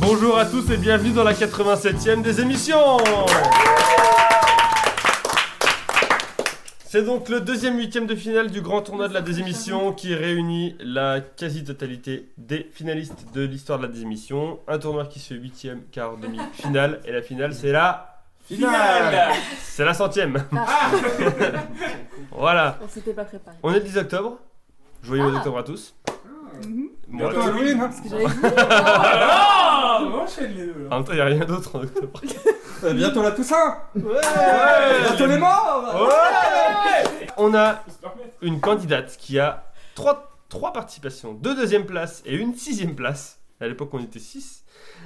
Bonjour à tous et bienvenue dans la 87e des émissions C'est donc le deuxième huitième de finale du grand tournoi de la désémission qui réunit la quasi-totalité des finalistes de l'histoire de la désémission. Un tournoi qui se fait huitième, quart, demi, finale. Et la finale, c'est la... Finale Ah. C'est la centième Voilà. On s'était pas préparé. On est le 10 octobre. Joyeux mois d'octobre à tous. Moi, Ah. Bientôt Halloween, hein Ce que j'avais dit. Ah On enchaîne les deux, là en même temps, il n'y a rien d'autre en octobre. Euh, Bientôt la Toussaint Ouais Oh. Bientôt les morts On a une candidate qui a trois, trois participations, deux deuxième places et une sixième place. À l'époque, on était six.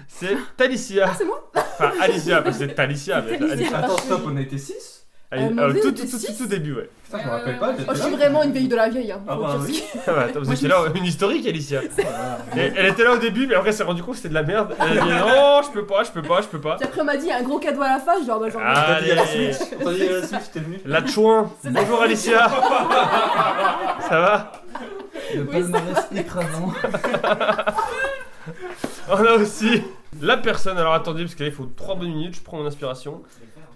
C'est Talicia. Ah, c'est moi Enfin, Alicia, parce que c'est Talicia. Mais Talicia. Alicia. Attends, stop, on était 6 Ali- Euh, mon euh, Dieu, tout, on tout, était tout, tout, six tout début, ouais. Putain, je me rappelle pas, j'étais Oh, je suis là. vraiment une vieille de la vieille. Hein. Ah Faut bah dire ce oui. qu'il y Ah bah, attends, vous Moi, étiez je là, une historique, Alicia. Voilà. Et elle était là au début, mais après, elle s'est rendue compte que c'était de la merde. Elle a dit non, je peux pas, je peux pas, je peux pas. a. Puis après, on m'a dit un gros cadeau à la fin. Je dis, ah bah, genre, Ah. T'as dit, il y a la Allez. Switch T'as dit, il y a la Switch, t'es venu La Chouin. Bonjour, Alicia. Ça va Le palmarès écrasant. On a aussi la personne, alors attendez, parce qu'il faut 3 bonnes minutes, je prends mon inspiration,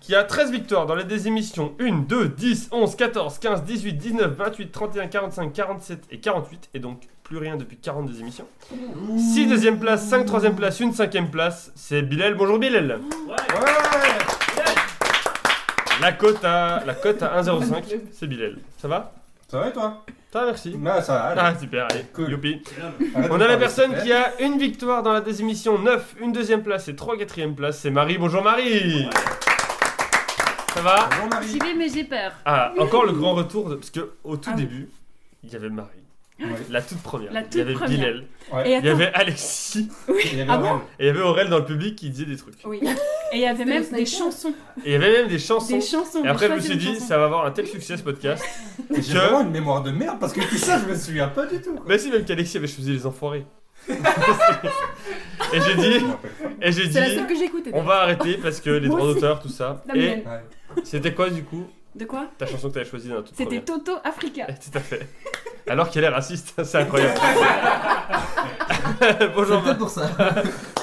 qui a 13 victoires dans les désémissions 1, 2, 10, 11, 14, 15, 18, 19, 28, 31, 45, 47 et 48, et donc plus rien depuis 40 désémissions. 6 deuxième place, 5 troisième place, 1 cinquième place, c'est Bilal, bonjour Bilal Ouais La cote à, la cote à 1,05, c'est Bilal. Ça va Ça va et toi Ça va, merci. Là, ça va, allez. Ah super, allez, Cool. youpi. Arrête On de a la parler, personne s'il te qui a une victoire dans la désémission 9, une deuxième place et trois quatrième places. C'est Marie. Bonjour Marie. Ça va plaît. Bonjour Marie J'y vais, mais j'ai peur. Ah, encore le grand retour de- parce que au tout Ah. début, il y avait Marie, Ah Ouais. la toute première. La il y toute avait première. Bilal, il Et y attends. avait Alexis Il y avait Ah bon Aurel. et il y avait Aurel dans le public qui disait des trucs. Oui. Et il y avait C'était même le des sniper. chansons. Et il y avait même des chansons. Des chansons. et des après je choix me suis de dit chansons. ça va avoir un tel succès ce podcast. Et J'ai Que- vraiment une mémoire de merde parce que tout ça, je me souviens pas du tout. quoi. Bah si même qu'Alexis avait choisi les enfoirés. et j'ai Je dit me rappelle pas. et j'ai C'est la dit seule que j'écoutais. on va arrêter parce que les Moi droits aussi. d'auteur tout ça. La Et mienne. Ouais. C'était quoi du coup De quoi ta chanson que t'avais choisie dans la toute C'était première Toto Africa. Tout à fait. Alors qu'elle est raciste, c'est incroyable. Bonjour C'est Marie. peut-être pour ça.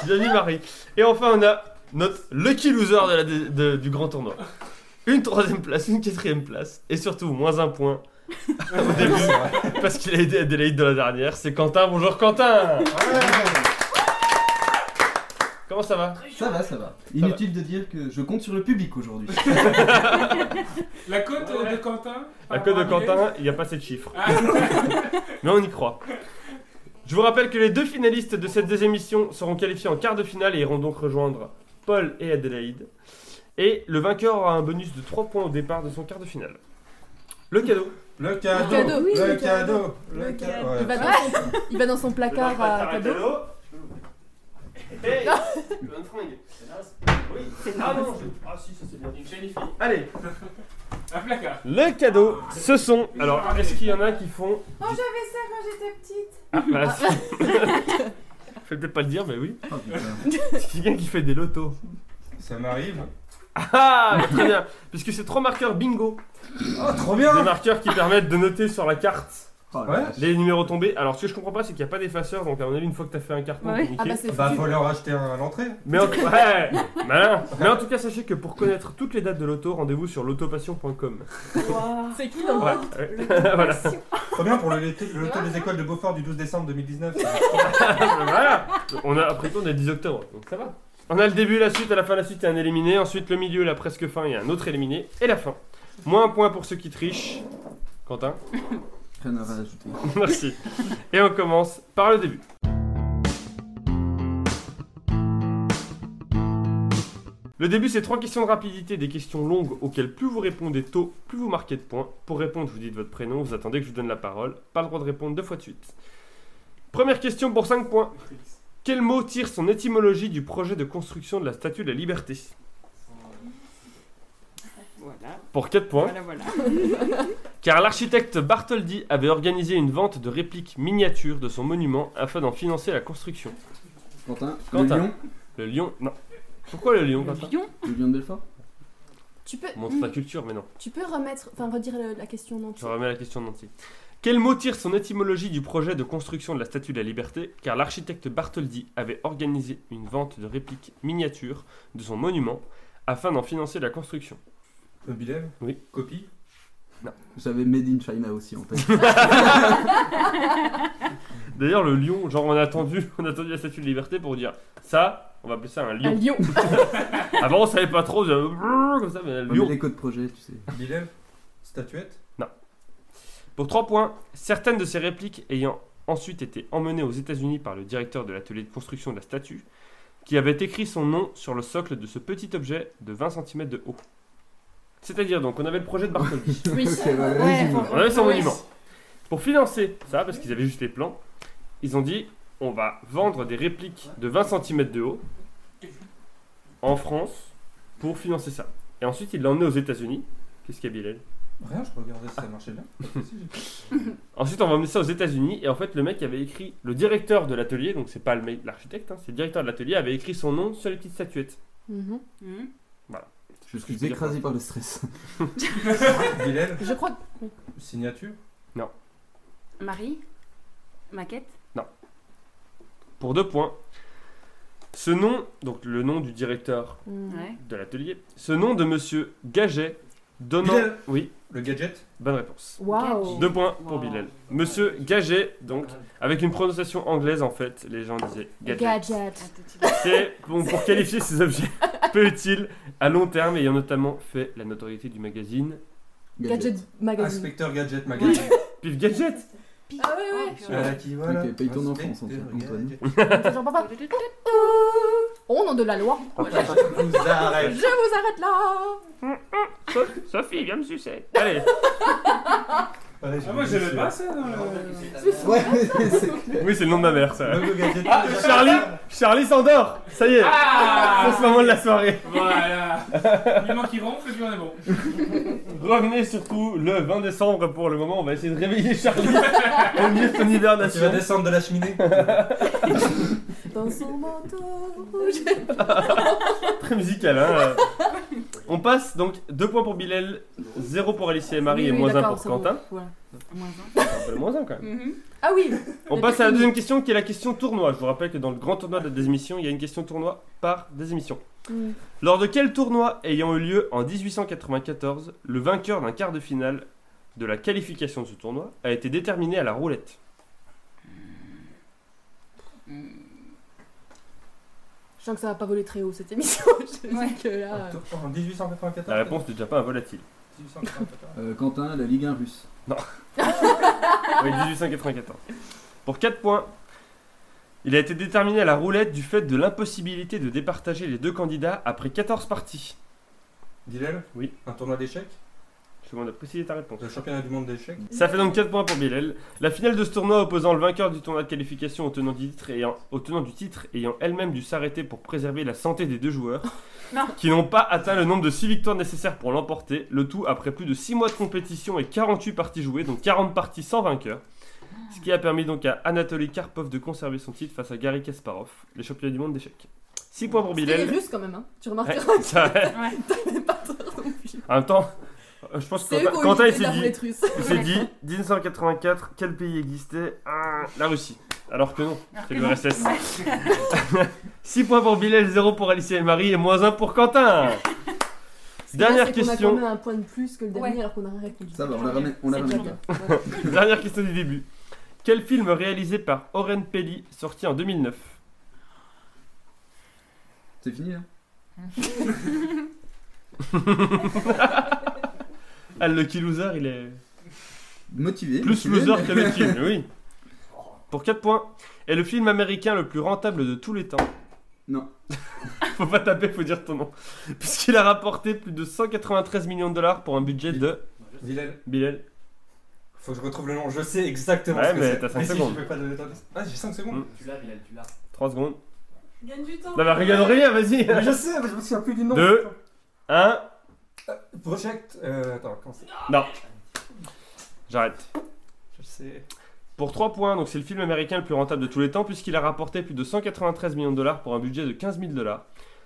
Bienvenue Marie. Et enfin on a notre lucky loser de la- de- de- du grand tournoi. Une troisième place, une quatrième place et surtout moins un point au début parce qu'il a aidé Adélaïde dans la dernière. C'est Quentin. Bonjour Quentin. Comment ça va Ça va, ça va. Inutile de dire que je compte sur le public aujourd'hui. La cote euh, de Quentin La cote de par rapport à Quentin, il n'y a pas assez de chiffres. Mais on y croit. Je vous rappelle que les deux finalistes de cette deuxième émission seront qualifiés en quart de finale et iront donc rejoindre Paul et Adélaïde. Et le vainqueur aura un bonus de 3 points au départ de son quart de finale. Le cadeau. Le Le cadeau, cadeau oui, Le le cadeau. cadeau Le cadeau Il va Ouais. dans son, il va dans son placard à cadeau. Ah Allez, Un placard. le cadeau, ce sont. Alors, est-ce qu'il y en a qui font Non, j'avais ça quand j'étais petite. Ah. Ah, bah, si. Je vais peut-être pas le dire, mais oui. Oh, putain. C'est quelqu'un qui fait des lotos. Ça m'arrive. Ah, bah, très bien. Puisque c'est trois marqueurs bingo. Oh, trop Des bien marqueurs qui permettent de noter sur la carte Oh, Ouais. la vache. les numéros tombés. Alors, ce que je comprends pas, c'est qu'il n'y a pas d'effaceur. Donc, à mon avis, une fois que t'as fait un carton, Ouais. t'es niqué. Ah bah, c'est Bah, foutu. faut leur acheter un à l'entrée. Mais en, ouais, malin. Mais en tout cas, sachez que pour connaître toutes les dates de l'auto, rendez-vous sur l'autopassion.com. C'est qui dans Ouais, le ouais. Voilà. Trop bien pour le le tour des écoles de Beaufort du 12 décembre 2019. Euh, Voilà. On a, après tout, on est le 10 octobre, donc ça va. On a le début, la suite, à la fin, la suite, il y a un éliminé. Ensuite, le milieu, la presque fin, il y a un autre éliminé. Et la fin. Moins un point pour ceux qui trichent. Quentin, Rien à rajouter. merci. Et on commence par le début. Le début, c'est trois questions de rapidité, des questions longues auxquelles plus vous répondez tôt, plus vous marquez de points. Pour répondre, vous dites votre prénom, vous attendez que je vous donne la parole. Pas le droit de répondre deux fois de suite. Première question pour 5 points. Quel mot tire son étymologie du projet de construction de la Statue de la Liberté Voilà, Pour 4 points. voilà, voilà. Car l'architecte Bartholdi avait organisé une vente de répliques miniatures de son monument afin d'en financer la construction. Quentin, Quentin. le lion, Le lion... Non. Pourquoi le lion, Le Quentin lion le lion de Belfort. Tu peux, hmm, Montre ta culture, mais non. tu peux remettre, enfin redire le- la question non Je remets la question de Nancy. Quel mot tire son étymologie du projet de construction de la Statue de la Liberté Car l'architecte Bartholdi avait organisé une vente de répliques miniatures de son monument afin d'en financer la construction. Mobilem Oui. Copie J'avais Made in China aussi en tête. D'ailleurs, le lion, genre on a attendu, on a attendu la Statue de la Liberté pour dire ça, on va appeler ça un Un lion. lion. Avant, on savait pas trop, on faisait brrr comme ça, mais un Ouais, lion. mais les codes projet, tu sais. Mobilem Statuette Pour 3 points, certaines de ces répliques ayant ensuite été emmenées aux États-Unis par le directeur de l'atelier de construction de la statue, qui avait écrit son nom sur le socle de ce petit objet de 20 cm de haut. C'est-à-dire donc, on avait le projet de Bartholdi. Oui. Ok, bah, Ouais. vas-y. on avait son Oui. monument. Pour financer ça, parce qu'ils avaient juste les plans, ils ont dit on va vendre des répliques de 20 cm de haut en France pour financer ça. Et ensuite, ils l'ont emmené aux États-Unis. Qu'est-ce qu'il y a, Bilal Rien, je regardais si ça marchait bien. Pas de soucis, j'ai- Ensuite, on va emmener ça aux États-Unis. Et en fait, le mec avait écrit, le directeur de l'atelier, donc c'est pas le mec- l'architecte, hein, c'est le directeur de l'atelier, avait écrit son nom sur les petites statuettes. Mhm. Hmm. Je suis écrasé par le stress. Mobilem Je crois que. Signature Marie Maquette Pour deux points. Ce nom, donc le nom du directeur Mhm. Ouais. de l'atelier, ce nom de monsieur Gaget, donnant. Bilal. Oui, Le gadget bonne réponse. Waouh. Deux points pour Wow. Bilal. Monsieur Gaget, donc, avec une prononciation anglaise en fait, les gens disaient Gaget. Gadget. Ah, tout de suite. C'est bon, pour qualifier ces objets peu utiles à long terme, ayant notamment fait la notoriété du magazine Gadget magazine. Inspecteur Gadget Magazine. Pif Gadget. Ah oui, oui. Oh, purée. Voilà qui voilà. Ok, paye ton Inspecteur enfance, en fait, Antoine. Gadget. C'est genre papa. On en de la Loire. Voilà. Je vous arrête. Je vous arrête là. So- Sophie, viens me sucer. Allez. Allez, Ah, moi, je j'avais suis pas hein. sûr. ça dans le. Ouais, c'est clair. Oui, c'est le nom de ma mère, ça. Logo Gadget. Ah, Charlie, Charlie s'endort. Ça y est. Ah C'est ce moment de la soirée. Voilà Il manque qu'il ronfle et puis on est bon. Revenez surtout le 20 décembre pour le moment. On va essayer de réveiller Charlie au milieu de son Tu vas hibernation. descendre de la cheminée Dans son manteau rouge. Très musical, hein. euh. On passe donc 2 points pour Bilal, 0 pour Alicia et Marie Oui, et oui, moins 1 d'accord, pour c'est bon. Quentin. Voilà. Moins un. Un peu moins 1 quand même. Mhm. Ah oui. On La passe à la technique. deuxième question qui est la question tournoi. Je vous rappelle que dans le grand tournoi de la désémission, il y a une question tournoi par désémission. Mm. Lors de quel tournoi ayant eu lieu en 1894, le vainqueur d'un quart de finale de la qualification de ce tournoi a été déterminé à la roulette Je sens que ça va pas voler très haut cette émission. Je dis Ouais. que là. euh, En 1894 La réponse n'est déjà pas un volatile. 1894. Euh, Quentin, la Ligue 1 russe. Oui, 1894. Pour 4 points, il a été déterminé à la roulette du fait de l'impossibilité de départager les deux candidats après 14 parties. Bilal Oui. Un tournoi d'échecs Je demande de préciser ta réponse. Le championnat du monde d'échecs Ça fait donc 4 points pour Bilal. La finale de ce tournoi opposant le vainqueur du tournoi de qualification au tenant du titre ayant, au tenant du titre ayant elle-même dû s'arrêter pour préserver la santé des deux joueurs Non. qui n'ont pas atteint le nombre de 6 victoires nécessaires pour l'emporter, le tout après plus de 6 mois de compétition et 48 parties jouées, donc 40 parties sans vainqueur. Ce qui a permis donc à Anatoly Karpov de conserver son titre face à Gary Kasparov, les championnats du monde d'échecs. 6 points pour C'était les Bilal. Russes quand même, hein. tu Ouais, remarqueras que ça- Ouais. t'avais pas tort non plus. en même temps, je pense que C'est eux Quentin, qui ont Quentin, il inventé s'est la dit. roulette russe. Il s'est dit, 1984, quel pays existait Ah, La Russie. Alors que non, Alors c'est que le non. RSS. 6 points pour Bilal, 0 pour Alicia et Marie et moins 1 pour Quentin. Là, Dernière c'est qu'on a quand question, même un point de plus que le dernier Ouais. alors qu'on a rien répondu. Ça va, on la ramène. On la C'est ramène toujours pas. dernière question du début. Quel film réalisé par Oren Peli sorti en 2009 C'est fini hein. là Ah, le Lucky Loser, il est Motivé. plus motivé, loser mais- que le film, oui. Pour 4 points. Et le film américain le plus rentable de tous les temps Non. Faut pas taper, faut dire ton nom. Puisqu'il a rapporté plus de 193 millions de dollars pour un budget de. Bilal, Bilal faut que je retrouve le nom, je sais exactement Ouais, ce que mais c'est. t'as cinq si, secondes. je peux pas donner d'indice. Ah, j'ai 5 secondes. Mm. Tu l'as, Bilal, tu l'as. 3 secondes. Gagne du temps. Non, mais regarde Aurélien, vas-y Mais je sais, mais je me souviens plus du nom. Deux. 1. Project. Euh, attends, comment c'est J'arrête. Je sais. Pour 3 points, donc c'est le film américain le plus rentable de tous les temps, puisqu'il a rapporté plus de 193 millions de dollars pour un budget de 15 000 dollars.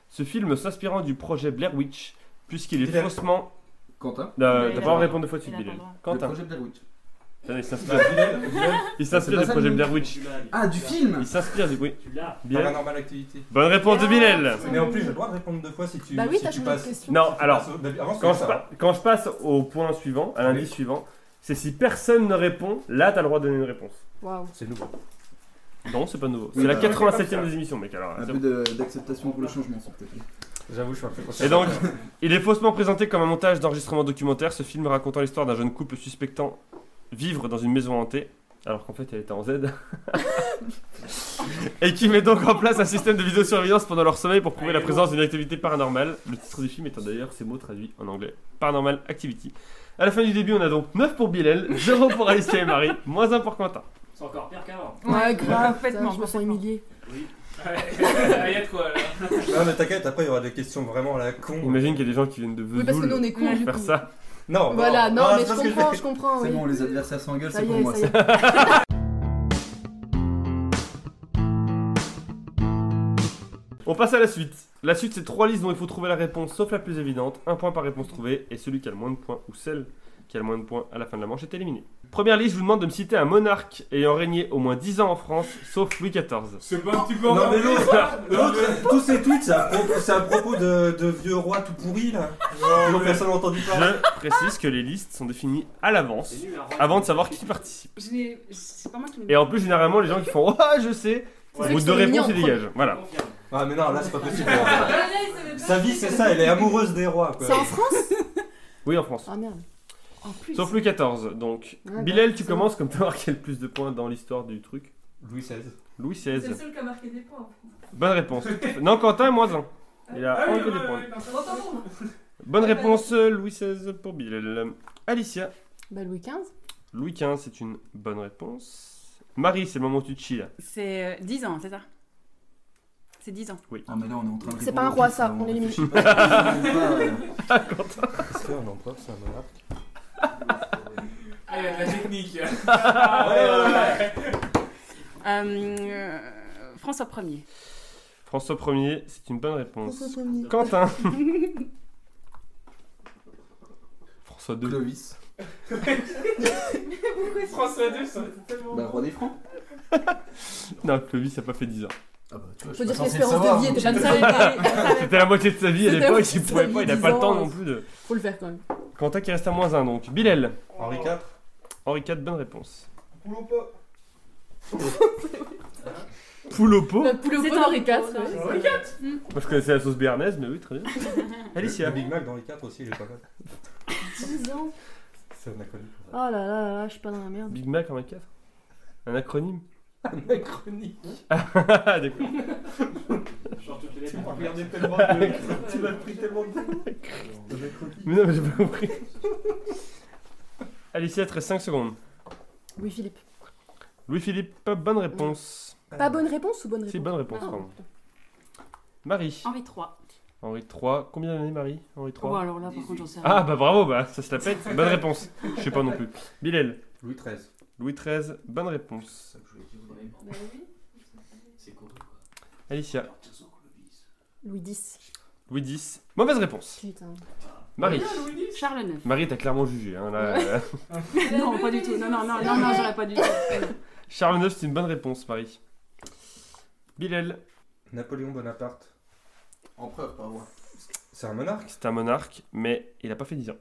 Ce film s'inspirant du projet Blair Witch, puisqu'il est Bilal. faussement. Quentin Euh, Mais T'as il pas a- à répondre deux fois de il suite, a pas le Bilal. droit. Le Quentin. projet Blair Witch. Attendez, il s'inspire. Paranormal Il C'est s'inspire pas du ça, projet le nom. Blair Witch. Ah, du film Il s'inspire du. Oui, Tu l'as. Bilal. activité. Bonne réponse de Bilal. Mais en plus, je dois répondre deux fois si tu. Bah oui, si t'as tu changé de passes. question. Non, Si tu alors, passes au- d'habitude- Avant, quand ça je, va. pa- quand je passe au point suivant, à l'indice suivant, c'est si personne ne répond, là t'as le droit de donner une réponse. Waouh. C'est nouveau. Non, c'est pas nouveau. Oui, C'est la bah, Ah, 87 e des émissions, mec. Alors, Un c'est peu de- d'acceptation pour le changement, s'il te plaît. J'avoue, je suis un peu Et donc, il est faussement présenté comme un montage d'enregistrement documentaire, ce film racontant l'histoire d'un jeune couple suspectant vivre dans une maison hantée, alors qu'en fait elle était en Z, et qui met donc en place un système de vidéosurveillance pendant leur sommeil pour prouver la présence d'une activité paranormale. Le titre du film étant d'ailleurs ces mots traduits en anglais, Paranormal Activity. À la fin du début, on a donc 9 pour Bilal, 0 pour Alicia et Marie, moins 1 pour Quentin. C'est encore pire qu'avant. Ouais, grave. Complètement, putain, Je me sens complètement. humiliée. Oui. Il y a de quoi là Non, mais t'inquiète, après, il y aura des questions vraiment à la con. Imagine qu'il y a des gens qui viennent de Vesoul Oui, parce que nous, on est cons, Ouais. du faire coup. ça. Non, Voilà, non, mais c'est je parce que comprends, je comprends, C'est Ah oui. bon, les adversaires s'engueulent, Ça c'est y pour est, moi. ça y ça. est. On passe à la suite. La suite, c'est trois listes dont il faut trouver la réponse, sauf la plus évidente. Un point par réponse trouvée, et celui qui a le moins de points, ou celle qui a le moins de points à la fin de la manche, est éliminé. Première liste, je vous demande de me citer un monarque ayant régné au moins 10 ans en France, sauf Louis XIV. C'est pas un petit peu Non, mais emmerdé, l'autre, ça Non, mais- L'autre, tous ces tweets, c'est à propos, c'est à propos de, de vieux rois tout pourris là. Ils ont personne entendu parler. Je précise que les listes sont définies à l'avance, C'est nul. hein. avant de savoir qui participe. Je n'ai- C'est pas moi qui Et en plus, généralement, les gens qui font « Ah, je sais !» Au ceux bout qui de deux sont mis réponses, en ils dégagent. Voilà. Confirme. Ah, mais non, là, c'est pas possible. Sa vie, c'est ça, elle est amoureuse des rois quoi. C'est en France Oui, en France. Ah merde. En plus. Sauf Louis XIV, donc. Ah, Ouais, bah, Bilal, tu c'est commences comme t'as marqué le plus de points dans l'histoire du truc. Louis XVI. Louis XVI. seul qui a marqué des points. Bonne réponse. Non, Quentin, moins 1. Il Ah a oui, enlevé ouais, des points. ouais, non, ça- Bonne réponse, euh, Louis XVI pour Bilal. Alicia, Bah, Louis XV. Louis XV, c'est une bonne réponse. Marie, c'est le moment où tu chilles. C'est euh, 10 ans, c'est ça C'est 10 ans. Ah, mais là, on est en train de C'est répondre pas un au roi, kiff, ça, là, on l'élimine. réfléchit pas, on élimine pas, euh. Est-ce qu'un empereur, c'est un monarque Ah, il y a de la technique. Euh, euh, François 1er. François 1er, c'est une bonne réponse. Quentin. François II. Clovis, François II, ça fait tellement. bah, roi des Francs. Non, Clovis, ça n'a pas fait 10 ans. Ah, bah, tu vois, Faut dire que censé l'espérance de vie est déjà Je ne de savais pas. C'était la moitié de sa vie à C'était l'époque, aussi il pouvait sa pas, vie, il a 10 pas le ans, temps euh. non plus de. Faut le faire quand même. Quentin qui reste à moins 1 donc. Bilal, Henri IV Henri IV, bonne réponse. Poulopo. Poulopo La poule au pot C'est d'Henri Henri IV. IV, ouais. Moi je connaissais la sauce béarnaise, mais oui, très bien. Le Alicia. Big Mac d'Henri IV aussi, il est pas mal. 10 hein. ans. C'est un acronyme. Oh là là là là, je suis pas dans la merde. Big Mac Henri IV Un acronyme Un acronyme Ah, d'accord. Genre, toutes les lettres. Tu m'as regardé tellement de. Tu m'as pris tellement de. Un acronyme. Mais non, mais j'ai pas compris. Alicia, 13 5 secondes. Louis Philippe. Louis-Philippe, pas bonne réponse. Pas bonne réponse ou bonne réponse Euh, Si, bonne réponse, Ah, pardon. Marie. Henri 3. Henri III. Combien d'années, Marie Henri III. Bon, Oh, alors là, par contre, j'en sais Ah, rien. bah bravo, bah ça se la pète. bonne réponse. Je sais pas non plus. Bilal. Louis XIII. Louis XIII, bonne réponse. Bah C'est cool. quoi. Alicia. Louis X. Louis X. Mauvaise réponse. Putain. Marie. Charles 9. Marie, t'as clairement jugé. hein, là. Euh, Non, pas du tout. Non, non, non, non, non, j'aurais pas du tout. Charles IX, c'est une bonne réponse, Marie. Bilal. Napoléon Bonaparte. Empereur, pas roi. C'est un monarque C'est un monarque, mais il a pas fait 10 ans.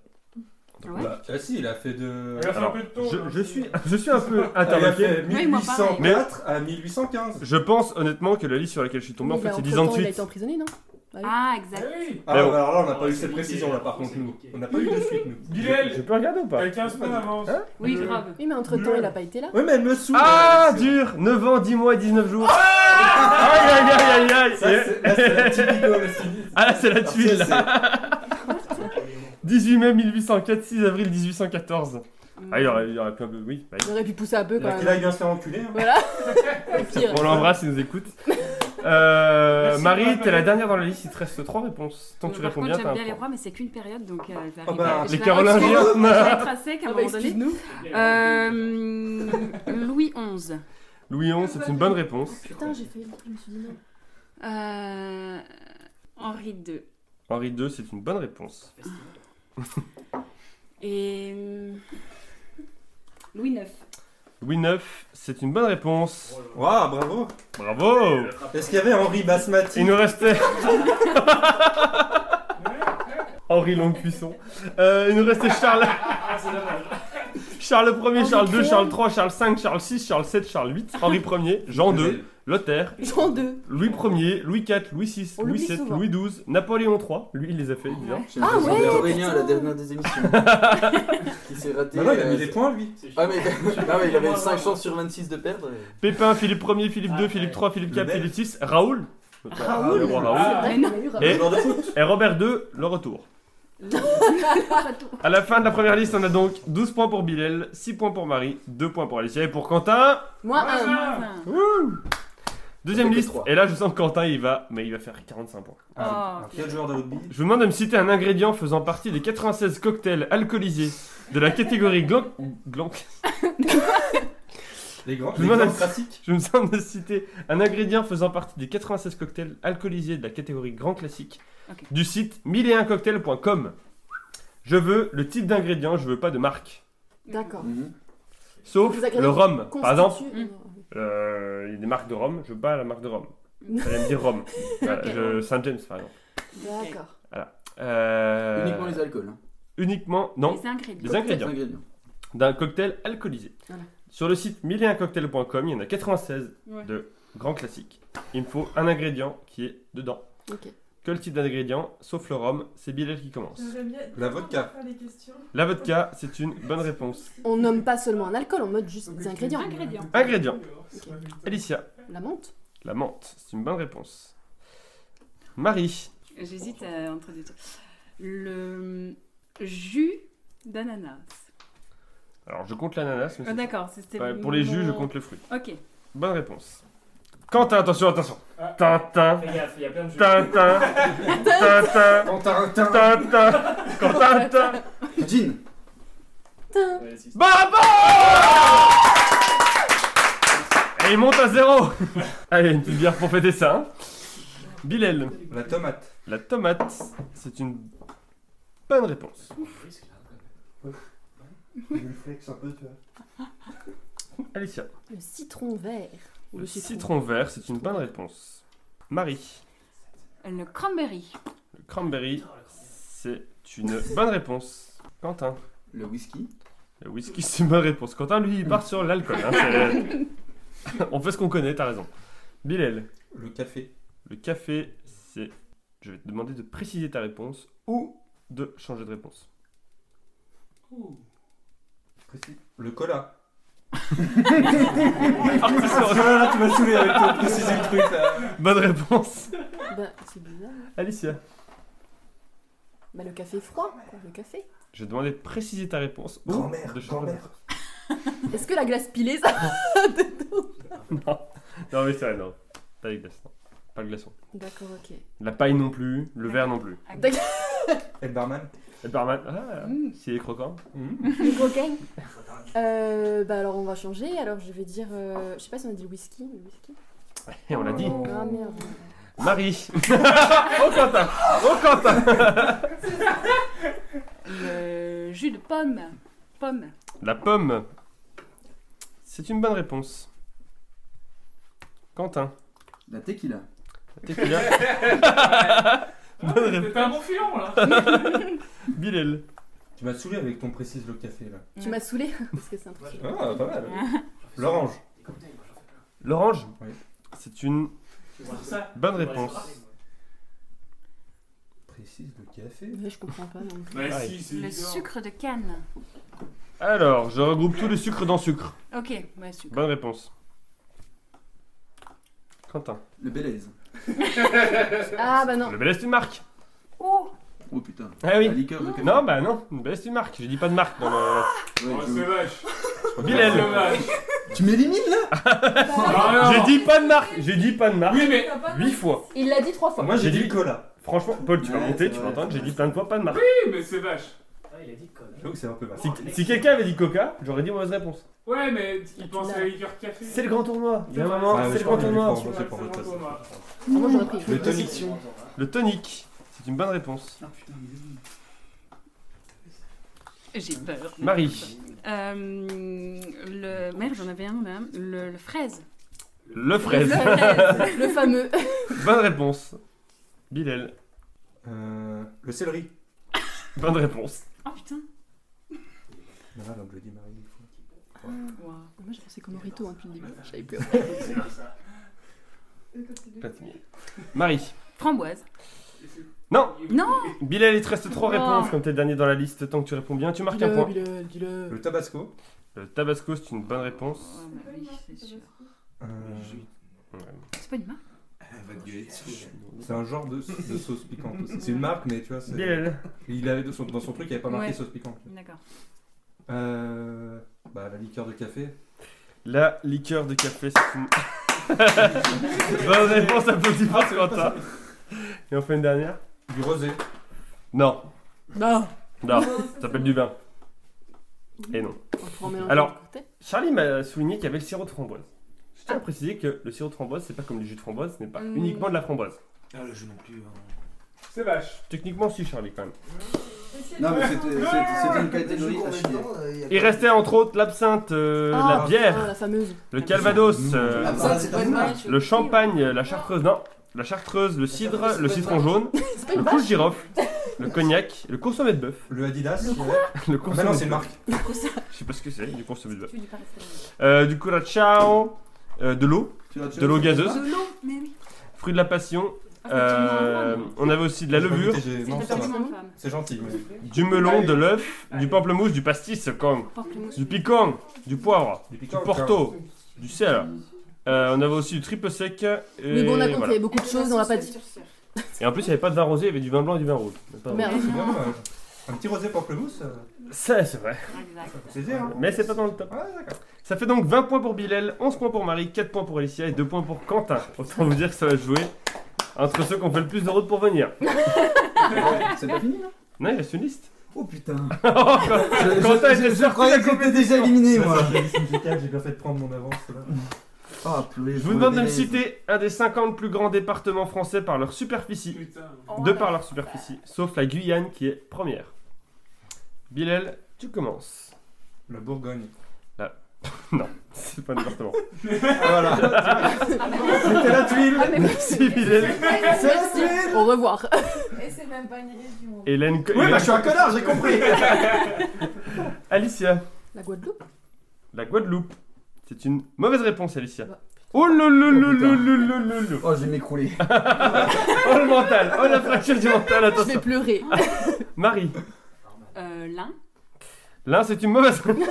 Ah ouais Bah, ah si, il a fait de. Il a fait un Alors, peu de temps. Je, hein. je suis, je suis un peu Ah, il a interloqué. fait Oui, moi, 1804 à 1815. Je pense honnêtement que la liste sur laquelle je suis tombé, en fait, c'est 10 ans de bah, Il a suite. été emprisonné, non Ah, Ah exact. oui. Ah, Mais bon. bah, alors là, on n'a pas Ah, eu c'est cette niqué, précision là, alors, par c'est contre, nous. niqué. On n'a pas eu de suite, nous. Je Bilal, peux regarder ou pas t'as 15 points d'avance. Hein Oui, Euh, grave. Oui, mais entre temps, il a pas été là. Oui, mais elle me saoule. Ah, elle, c'est- dur 9 ans, 10 mois et 19 jours Ah Aïe aïe aïe aïe Ça, aïe c'est là, c'est la petite idole aussi. Ah là, c'est la Alors, tuile c'est- là Napoléon. 18 mai 1804, 6 avril 1814. Ah, il aurait, il aurait pu un peu. Oui, bah, Il aurait pu pousser un peu quand c'est- même. Là, il vient se faire enculer. hein. Voilà. on l'embrasse, il nous écoute. Euh, Merci, Marie, Marie. t'es la dernière dans la liste, il te reste 3 réponses. Tant que tu Euh, Par réponds contre, bien, j'aime t'as un bien les point. rois, mais c'est qu'une période, donc euh, je vais Ah arriver. bah, à- je les vais- Carolingiens. Je vais être à sec à un Ah bah, moment donné. excuse-nous. Euh, Louis XI. Louis XI, c'est une bonne réponse. Putain, j'ai fait. Je me suis dit non. Euh, Henri II. Henri II, c'est une bonne réponse. Et. euh, hum, Louis IX. Louis IX, c'est une bonne réponse. Waouh, bravo. Bravo Est-ce qu'il y avait Henri Basmati Il nous restait. Henri Longcuisson. Euh, il nous restait Charles. Ah, c'est dommage. Charles 1er, Henri Charles II, Créon. Charles III, Charles V, Charles VI, Charles VII, Charles VIII, Henri 1er, Jean II, Lothaire, Jean 2. Louis 1er, Louis IV, Louis VI, On Louis l'oublie VII, souvent. Louis XII, Napoléon III, lui il les a fait, bien. Ah ouais, Aurélien à la dernière des émissions. qui s'est raté. Bah Ah Non, non, il a euh, mis des points, lui. C'est Ah chiant. mais, ah, mais il avait hein. 5 chances sur 26 de perdre. Pépin, Philippe 1er, Philippe Ah, II, Philippe III, Philippe Le IV, Belge. Philippe VI, Raoul. Raoul. Le roi Raoul. Ah. C'est vrai qu'il y a eu Raoul. Et, Joueur de foot. et Robert II, le retour. à la fin de la première liste, on a donc 12 points pour Bilal, 6 points pour Marie, 2 points pour Alicia et pour Quentin. Moi, Ah, un. ça. Enfin, Deuxième Ça fait que liste, trois. et là je sens que Quentin il va, mais il va faire 45 points. Oh. Quel joueur de rugby Je vous demande de me citer un ingrédient faisant partie des 96 cocktails alcoolisés de la catégorie glan... glan- Les grands. Je Les me grands demande- classiques. Je me demande de citer un ingrédient faisant partie des 96 cocktails alcoolisés de la catégorie grand classique Ok. du site 1001cocktails.com. Je veux le type d'ingrédient, je veux pas de marque. D'accord. Mhm. Sauf Des le ingrédients rhum. Par exemple, Constitue- Mm. euh, il y a des marques de rhum, je veux pas la marque de rhum. Vous allez me dire rhum. Voilà, Ok. je- Saint James par exemple. Mm. D'accord. Euh, Uniquement les alcools. hein. uniquement- non, Les ingrédients. les ingrédients. Ingrédients. d'un cocktail alcoolisé. Voilà. Sur le site 1001cocktail.com, il y en a 96 Ouais. de grands classiques. Il me faut un ingrédient qui est dedans. Ok. Que le type d'ingrédient, sauf le rhum, c'est Bilal qui commence. La vodka. La vodka, c'est une bonne réponse. On nomme pas seulement un alcool, on nomme juste des ingrédients. Ingrédients. Ingrédients. Alicia, La menthe. la menthe, c'est une bonne réponse. Marie, J'hésite euh, entre deux trucs. Le jus d'ananas. alors je compte l'ananas, mais Ah, c'est- D'accord, c'était Ouais, pour les mon- jus, je compte le fruit. Ok. Bonne réponse. Quentin, attention, attention. Ah. Tintin, Fais gaffe, il y a plein de jeux. Tintin, Tintin, Tintin. Tintin, Quentin, Tintin. Gin. Ouais, si, si. Bonne Et il monte à zéro Allez, une petite bière pour fêter ça. hein. Bilal, La tomate. la tomate, c'est une bonne réponse. Il flex un peu, tu vois. Alicia, Le citron vert. Ou le citron vert, c'est une bonne réponse. Marie, Le cranberry. le cranberry, c'est une bonne réponse. Quentin, Le whisky. le whisky, c'est une bonne réponse. Quentin, lui, il part sur l'alcool. hein, c'est- On fait ce qu'on connaît, t'as raison. Bilal, Le café. Le café, c'est. Je vais te demander de préciser ta réponse ou de changer de réponse. Précis. Le cola. Ah, Artisteur, Oh là, tu m'as saoulé avec ton préciser le truc, là. Bonne réponse. Bah, c'est bizarre. Alicia. Bah, le café froid, quoi, le café. Je vais te demander de préciser ta réponse ou Grand-mère, de changer de grand-mère. réponse. Est-ce que la glace pilée, ça va dedans Non, mais c'est vrai, non. Pas de glaçons. Pas de glaçons. D'accord, ok. La paille non plus, le verre non plus. D'accord. Et le barman. Et le barman. Ah, Mm. s'il est croquant. Le cocaine euh, Bah, alors, on va changer. Alors, je vais dire. euh, je sais pas si on a dit le whisky. Le whisky. Et on l'a dit. Oh. Ah merde. Marie. oh Quentin. Oh Quentin. Le jus de pomme. Pomme. La pomme. C'est une bonne réponse. Quentin. La tequila. T'es plus là. Bonne T'es un bon filon là. Bilal. Tu m'as saoulé avec ton précise le café, là. Tu m'as saoulé parce que c'est un truc. Ah, pas mal. L'orange. Des cocktails, moi, j'en fais plein. L'orange Oui. C'est une Tu vois ça bonne Ouais, réponse. c'est pareil, Précise le café. Ouais, je comprends pas. Non. Bah Ouais. si, c'est Le évident. sucre de canne. Alors, je regroupe tout le sucre dans sucre. Ok, ouais, sucre. Bonne réponse. Quentin. Le Belize. Ah bah non. Le Bel c'est une marque. Oh Oh putain. Ah oui. La liqueur de café. Non, bah non, le Bel est une marque. Je dis pas de marque dans le. Ouais, Oh, je- c'est vache. Bilal. C'est vache. Tu m'élimines là Ah, J'ai non. dit pas de marque. J'ai dit pas de marque. Oui, mais. Huit fois. Il l'a dit trois fois. Moi, j'ai J'ai dit dit- cola. Franchement, Paul, tu vas Ouais, monter, c'est tu vas vrai. entendre. J'ai dit plein de fois pas de marque. Oui, mais c'est vache. hein. Ah, il a dit conne. J'avoue que c'est un peu basse. Si, si quelqu'un avait dit Coca, j'aurais dit mauvaise réponse. Ouais, mais il tu pense à l'as. la liqueur café. C'est le grand tournoi. Il y a un Ouais, moment, ouais, c'est le je grand crois tournoi. qu'il y a tu des vois. c'est pour le Rotas. tournoi. Ah, moi j'aurais pris. Le tonic. Le tonic, c'est une bonne réponse. J'ai peur. Marie. Euh, le... Merde, j'en avais un là. Le, le fraise. Le fraise. Le fraise, le fameux. Bonne réponse. Bilal. Euh, le céleri. Bonne réponse. Oh putain. Ah, donc je dis Marie des fois. Waouh. Moi, je pensais comme Rito depuis le début. J'avais peur. Platini. Marie. Framboise. Non Non Bilal, il te reste trois Oh. réponses comme t'es le dernier dans la liste. Tant que tu réponds bien, tu marques un point. Dis-le, dis-le. Le tabasco. Le tabasco, c'est une bonne réponse. Oh, bah oui, c'est sûr. Euh, C'est pas une marque c'est un genre de, de sauce piquante aussi. C'est une marque, mais tu vois, c'est- Bilal. il avait, dans son- dans son truc, il n'y avait pas marqué Ouais. sauce piquante. D'accord. Euh, bah, la liqueur de café. La liqueur de café, c'est une. bonne réponse, applaudissements, Quentin. Et on fait une dernière Du rosé. Non. Non. Non, ça s'appelle du vin. Et non. On pourra en mélanger Alors. euh, de côté. Charlie m'a souligné qu'il y avait le sirop de framboise. Je tiens à préciser que le sirop de framboise, c'est pas comme du jus de framboise, ce n'est pas Hmm. uniquement de la framboise. Ah, le jeu non plus. hein. C'est vache. Techniquement, si, Charlie, quand même. Non, mais c'était c'était- c'était une catégorie à chier. euh, Il restait entre autres l'absinthe, euh, Ah, la bière, Ah, la fameuse. le calvados, euh, L'absinthe, c'est pas une marque. le champagne, euh, la chartreuse, non, la chartreuse, le cidre, le citron jaune, C'est pas le une vache. couche girofle, le cognac, le consommé de bœuf, Le Adidas. il y avait- le Ah, bah non, consommé c'est de une bœuf. marque. Je sais pas ce que c'est, du consommé de bœuf. Tu veux du paracétamol. Euh, du curacao, euh, de l'eau, Tu l'as tué, de l'eau c'est pas gazeuse, De l'eau, Oh, mais oui. fruit de la passion, Ah, c'est euh, on avait aussi de la J'ai pas levure, goûté, j'ai- non, pas ça va. forcément une femme. C'est gentil. mais- du melon, de l'œuf, du pamplemousse, du pastis, quand Pamplemousse. du piquant, du poivre, Du du porto, du sel. Euh, on avait aussi du triple sec. Et, Mais bon, on a compris, il y voilà. avait beaucoup de choses, on l'a pas dit. Et en plus, il n'y avait pas de vin rosé, il y avait du vin blanc et du vin rouge. Mais pas de- Merde. C'est bien, euh, Un petit rosé pamplemousse, euh, Ça, c'est vrai. Exact. ça fait plaisir. hein. Mais c'est pas dans le top. Ouais, d'accord. Ça fait donc 20 points pour Bilal, 11 points pour Marie, 4 points pour Alicia et 2 points pour Quentin. Autant vous dire que ça va se jouer entre ceux qui ont fait le plus de routes pour venir. fini. C'est pas fini là Non, il reste une liste. Oh putain Quentin Je- était je- je- Je sorti croyais la que j'étais déjà éliminé moi J'ai mis musical, j'ai bien fait de prendre mon avance. là. Ah, purée, Je vous vois demande de me des- citer un des 50 plus grands départements français par leur superficie. Putain. Oh, de par leur superficie, sauf la Guyane qui est première. Bilal, tu commences. La Bourgogne. C'est pas un département. voilà. C'était la Ah, tuile. Merci Bilal. Merci. Au revoir. Et c'est même pas une région. Hélène. Oui, Hélène- bah je suis un connard, j'ai compris. Alicia, La Guadeloupe la Guadeloupe. C'est une mauvaise réponse, Alicia. Bah, Oh le le le Oh, le putain. le le le le. Oh, je vais m'écrouler. Oh le mental. Oh la fracture du mental. Je vais Attention. pleurer. Marie, Euh, L'un. là c'est une mauvaise. réponse.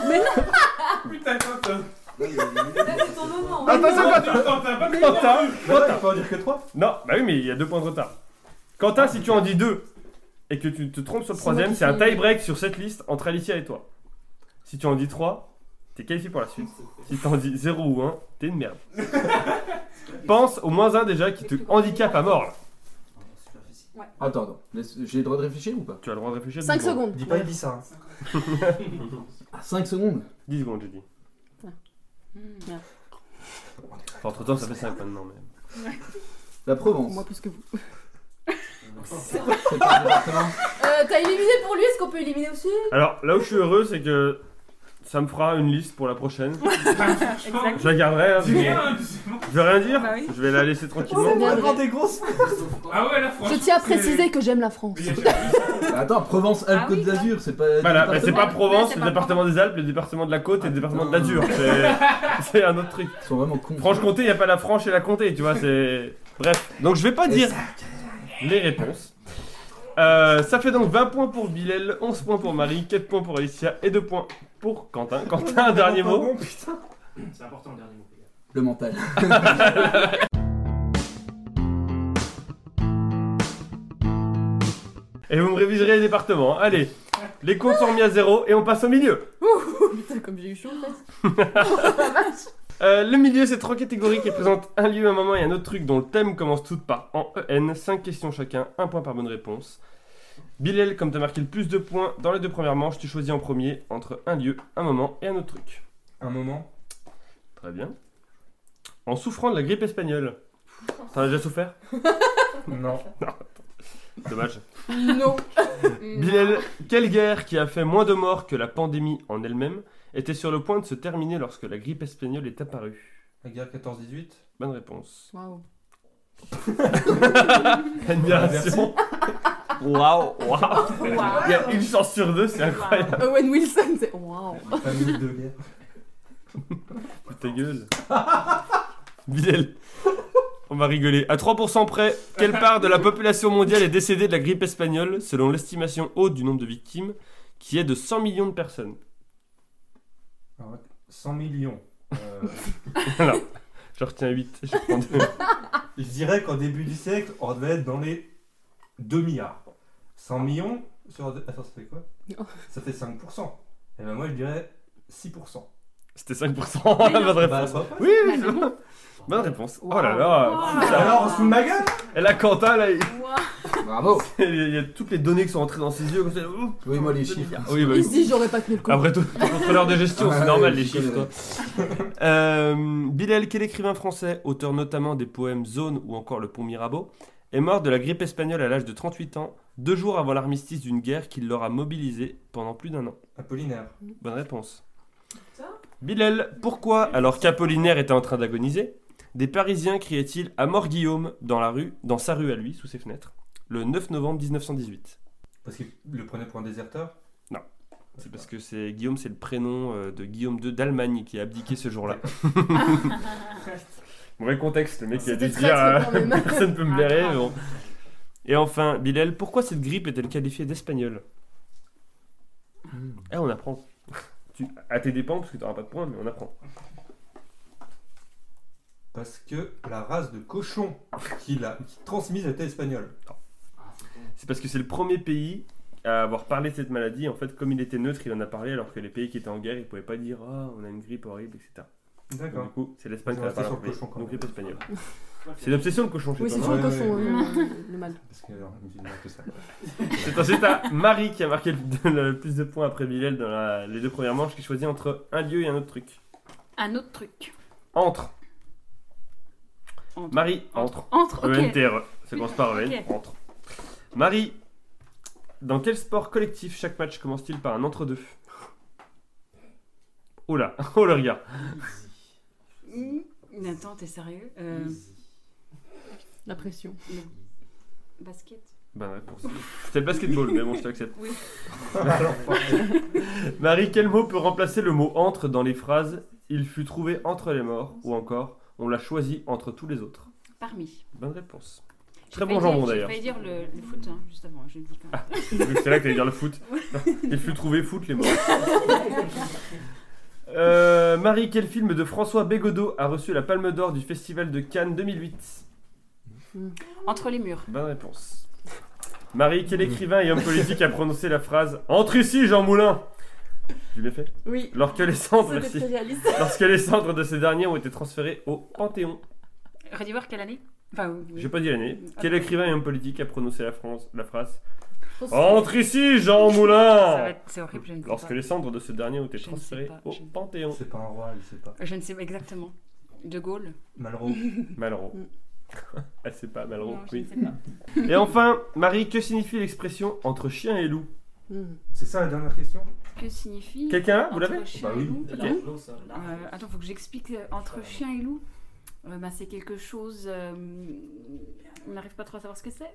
Putain, Quentin. Là, c'est ton moment. Attention Quentin. Quentin, Quentin, pas Quentin. Quentin. Attends, Bah faut en dire que 3. Non, bah oui mais il y a deux points de retard. Quentin, si tu en dis deux et que tu te trompes sur le C'est moi troisième, qui c'est un fais- tie break sur cette liste entre Alicia et toi. Si tu en dis trois, t'es qualifié pour la suite. Si t'en dis 0 ou 1, t'es une merde. Pense au moins un déjà qui te handicape à mort. là. Attends, attends. Laisse- J'ai le droit de réfléchir ou pas Tu as le droit de réfléchir. 5 dix secondes. Dis pas Ibiza. hein. 5 secondes 10 secondes, j'ai dit. Hmm. Enfin, entre temps, ça fait 5 maintenant. Mais... La Provence. Moi plus que vous. C'est pas un département Euh, T'as éliminé pour lui, est-ce qu'on peut éliminer aussi Alors là où je suis heureux, c'est que ça me fera une liste pour la prochaine. Exact. Je la garderai. hein, C'est mais- bien, hein, c'est bon. Je vais rien dire. Bah oui. Je vais la laisser tranquillement. bien vrai. des grosses. Ah ouais, là, franchement. Je tiens à c'est- préciser que j'aime la France. Mais y a jamais eu ça. Attends, Ah oui, Provence-Alpes-Côte d'Azur, c'est pas. Voilà, du mais c'est département pas Provence, C'est le pas département des Alpes, le département de la Côte et le Ah, département de putain. l'Azur. C'est- C'est un autre truc. Ils sont vraiment cons. Franche-Comté, il n'y a pas la Franche et la Comté, tu vois, c'est... Bref, donc je vais pas dire les réponses. Euh, ça fait donc 20 points pour Bilal, 11 points pour Marie, 4 points pour Alicia et 2 points pour Quentin. Quentin, un dernier mot. C'est important le dernier mot, les gars. Le mental. Et vous me réviserez les départements. hein. Allez, les comptes sont remis à zéro et on passe au milieu. Putain, comme j'ai eu chaud en fait. Euh, le milieu, c'est trois catégories qui présentent un lieu, un moment et un autre truc dont le thème commence toutes par en EN. 5 questions chacun, 1 point par bonne réponse. Bilal, comme t'as marqué le plus de points dans les deux premières manches, tu choisis en premier entre un lieu, un moment et un autre truc. Un moment. Très bien. En souffrant de la grippe espagnole. T'en as déjà souffert Non. Dommage. Non. Bilal, quelle guerre qui a fait moins de morts que la pandémie en elle-même était sur le point de se terminer lorsque la grippe espagnole est apparue La guerre 14-18 Bonne réponse. Waouh. Admiration. Waouh, waouh. Waouh. Il y a une chance sur deux, c'est incroyable. Euh, Owen Wilson, c'est. Waouh. Ah, Famille de guerre. Ta gueule. Bilal. On va rigoler. À 3% près, quelle part de la population mondiale est décédée de la grippe espagnole selon l'estimation haute du nombre de victimes qui est de 100 millions de personnes 100 millions. Euh, Alors, je retiens 8. Je prends deux. je dirais qu'en début du siècle, on devait être dans les 2 milliards. 100 millions sur... Attends, ça fait quoi Non. Ça fait 5%. Et ben moi, je dirais 6%. C'était 5%. Mais non. Bonne Bah, réponse. ça va pas. Oui, oui, c'est bon. Bonne réponse. Oh là là. Alors, on se fout de ma gueule Et là, Quentin, là, il- Bravo. il y a toutes les données qui sont entrées dans ses yeux. Comme ça. Ouh. Oui, moi, les chiffres. Oui, bah Il oui. se dit, j'aurais pas tenu le coup. Après tout, t'es contrôleur de gestion, Ah c'est ouais, normal je les chiffres. connais. toi. Euh, Bilal, quel écrivain français, auteur notamment des poèmes Zone ou encore Le Pont Mirabeau, est mort de la grippe espagnole à l'âge de 38 ans, deux jours avant l'armistice d'une guerre qui l'aura mobilisé pendant plus d'un an. Apollinaire. Bonne réponse. Putain. Bilal, pourquoi, alors qu'Apollinaire était en train d'agoniser, des Parisiens criaient-ils à mort Guillaume dans la rue, dans sa rue à lui, sous ses fenêtres, le 9 novembre 1918 Parce qu'il le prenait pour un déserteur Non. C'est parce que c'est Guillaume, c'est le prénom euh, de Guillaume II d'Allemagne qui a abdiqué ce jour-là. Mauvais contexte, le mec il a dû C'était se très, dire très Ah, euh, quand même. personne peut me blairer. mais bon. Et enfin, Bilal, pourquoi cette grippe est-elle qualifiée d'espagnole Eh, on apprend. Tu, à tes dépens, parce que t'auras pas de points, mais on apprend. Parce que la race de cochon qu'il a qui transmise était espagnole. C'est parce que c'est le premier pays à avoir parlé de cette maladie. En fait, comme il était neutre, il en a parlé, alors que les pays qui étaient en guerre, ils pouvaient pas dire Ah, on a une grippe horrible, etc. Donc, D'accord. du coup, c'est l'Espagne Ils qui ont a resté parlé. sur le en premier. cochon, quand Donc, même. grippe espagnole. C'est l'obsession le cochon chez Oui, toi. c'est non toujours le Ouais, cochon, ouais, euh, le mal. Parce que alors, il me dit que ça. C'est ensuite à Marie qui a marqué le, le plus de points après Bilal dans la- les deux premières manches qui choisit entre un lieu et un autre truc. Un autre truc. Entre. Entre. Marie, entre. E Entre, ok. E-N-T-R-E. Ça commence par E-N. Ok. Entre. Marie, dans quel sport collectif chaque match commence-t-il par un entre-deux Oh là, oh le regard. Mmh. Nathan, t'es sérieux Euh, La pression. Basket Ben, réponse. C'était le basketball, mais bon, je t'accepte. Oui. Marie, quel mot peut remplacer le mot entre dans les phrases Il fut trouvé entre les morts ou encore On l'a choisi entre tous les autres Parmi. Bonne réponse. J'ai Très failli bon jambon, dire- d'ailleurs. J'ai failli dire le, le foot, hein, juste avant, je le dis quand même. Vu que c'est là que t'allais dire le foot. Il fut trouvé foot, les morts. Euh, Marie, quel film de François Bégodeau a reçu la Palme d'Or du Festival de Cannes 2008 Entre les murs. Bonne réponse. Marie, quel écrivain et homme politique a prononcé la phrase Entre ici, Jean Moulin Tu l'as fait Oui. Lorsque les cendres, C'était Oh, merci. très réaliste. Lorsque les cendres de ces derniers ont été transférées au Panthéon. Redis-voir quelle année Enfin, oui. J'ai pas dit l'année. Quel écrivain et homme politique a prononcé la, France, la phrase Entre Entre ici, Jean Ça va Moulin être- C'est horrible, je ne sais Lorsque pas. les cendres de ce dernier ont été Je ne sais transférées pas, au je ne- Panthéon. C'est pas un roi, il sait pas. Euh, Je ne sais pas exactement. De Gaulle Malraux. Malraux. Mm. Elle sait pas, Malraux, Non, je ne Oh, oui. sais pas. Et enfin, Marie, que signifie l'expression entre chien et loup Mmh. C'est ça la dernière question Que signifie Quelqu'un là, vous entre l'avez chien Bah et oui. loup C'est Ok. l'argent, ça. Euh, Attends, faut que j'explique. euh, Entre chien et loup, Euh, bah, c'est quelque chose. euh, on n'arrive pas trop à savoir ce que c'est.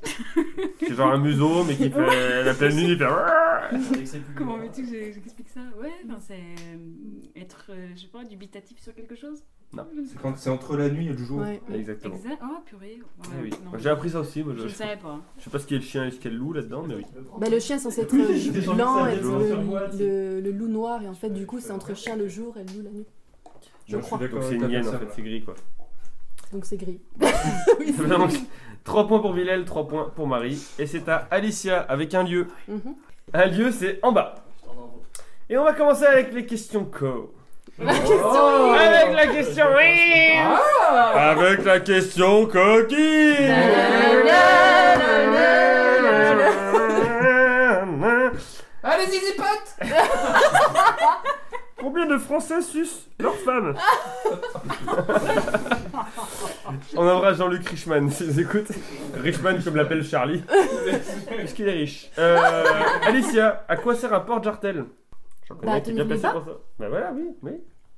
C'est genre un museau, mais qui fait la pleine nuit, il fait... Avec ses pubs. Comment veux-tu que je- j'explique ça Ouais, non, c'est euh, être, euh, je sais pas, dubitatif sur quelque chose. Non. C'est quand c'est entre la nuit et le jour. Ouais. Exactement. Exact. Oh, purée. Ah Ouais, oui. non. J'ai appris ça aussi, moi, Je je, ne je sais savais pas. pas ce qu'est le chien et ce qu'est le loup là-dedans, mais oui. Bah, le chien est censé être Oui, j'ai déjà blanc entendu et ça, j'ai le, entendu ça. le- le loup noir et en fait du coup c'est entre chien le jour et le loup la nuit. Je Donc, crois. suis d'accord Donc c'est avec une ta hyène, en personne, fait, là. c'est gris, quoi. Donc c'est gris. oui, c'est Donc, gris. 3 points pour Bilal, 3 points pour Marie. Et c'est à Alicia, avec un lieu. Mhm. Un lieu, c'est en bas. Et on va commencer avec les questions co. La Oh question est- Avec la question rire Avec la question coquille Allez-y, zipote Combien de Français sucent leurs femmes On aura Jean-Luc Richman, si vous écoutez. Richman, comme l'appelle Charlie. Parce qu'il est riche. Euh, Alicia, à quoi sert un porte-jartel J'en Bah, connais un qui est bien tenez-vous placé pas. pour ça. Bah voilà, oui, oui.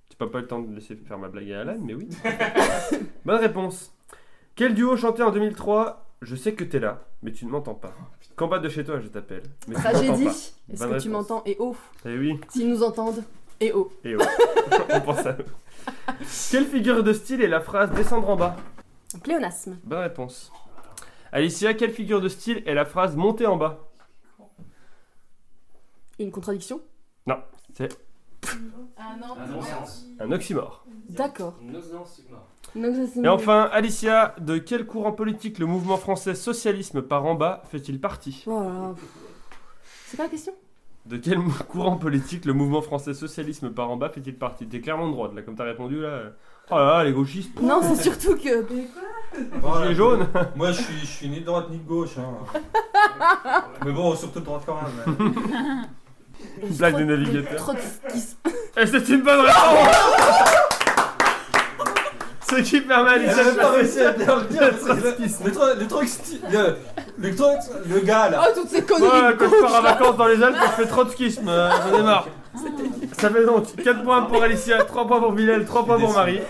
Tu n'as pas le temps de laisser faire ma blague à Alan, mais oui. Bonne réponse. Quel duo chantait en 2003 Je sais que t'es là, mais tu ne m'entends pas. Combat de chez toi, je t'appelle. Mais tu m'entends Tragédie. pas. Est-ce Bonne que tu réponse. m'entends Et oh Eh oui. S'ils nous entendent, et oh Et ouais, on pense à eux. Quelle figure de style est la phrase descendre en bas Pléonasme. Bonne réponse. Alicia, quelle figure de style est la phrase monter en bas Une contradiction Ah non, Ah non, c'est- Un oxymore. D'accord. Nosdan Sigma. Donc ça, c'est Et enfin, Alicia, de quel courant politique le mouvement français socialisme par en bas fait-il partie Oh là là. C'est pas la question De quel mou- courant politique le mouvement français socialisme par en bas fait-il partie T'es clairement de droite, là, comme t'as répondu, là. Oh là là, les gauchistes, Non, c'est surtout que. les jaunes Moi, je suis, je suis ni de droite ni de gauche. hein. mais bon, surtout de droite quand même. Blague Ah. des navigateurs. Trotskisme. Et Eh, c'est une bonne réponse Ce qui permet à Il a Alicia de même pas passer réussi à bien le dire. parce que Le truc, le truc, sti- le, le truc, le gars là. Oh, toutes ces conneries Ouais, de quand je gauche, pars en là. vacances dans les Alpes, je fais trotskisme, euh, j'en ai marre. Ça fait donc 4 points pour Alicia, 3 points pour Bilal, 3 points pour Marie.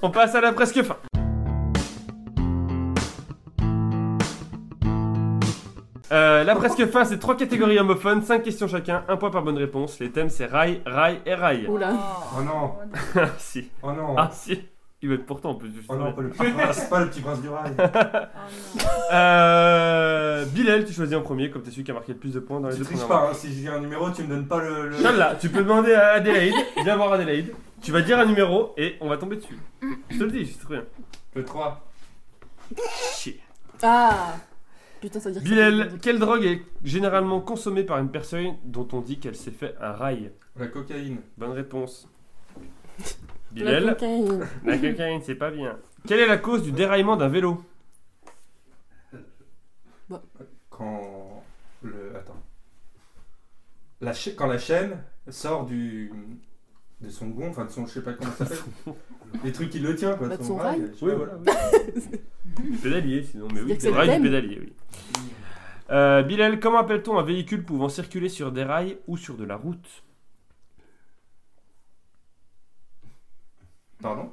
On passe à la presque fin. Euh, la presque fin, c'est 3 catégories homophones, 5 questions chacun, 1 point par bonne réponse. Les thèmes, c'est rail, rail et rail. Oula. Oh non, ah si, oh non, ah si. Il va être pourtant en plus. oh non, pas le petit prince, pas le petit prince du rail. oh Euh, Bilal, tu choisis en premier, comme t'es celui qui a marqué le plus de points dans les Tu deux triches premières pas, hein. si j'ai un numéro, tu me donnes pas le. le- Charles, là, tu peux demander à Adélaïde, viens voir Adélaïde, tu vas dire un numéro et on va tomber dessus. Je te le dis, c'est trop bien. Le 3. Chier. Ah Putain, ça veut dire que ça fait Bilal, des- quelle drogue est généralement consommée par une personne dont on dit qu'elle s'est fait un rail La cocaïne. Bonne réponse. La Bilal, cocaïne. la cocaïne, c'est pas bien. Quelle est la cause du déraillement d'un vélo Quand. Le. Attends. La cha- Quand la chaîne sort du. de son gond, enfin de son. je sais pas comment ça s'appelle. Les trucs qui le tient, quoi. Bah, de son rail. je sais pas. Du pédalier, sinon, mais oui, C'est-à-dire que le rail c'est le du même. pédalier, oui. Euh, Bilal, comment appelle-t-on un véhicule pouvant circuler sur des rails ou sur de la route Pardon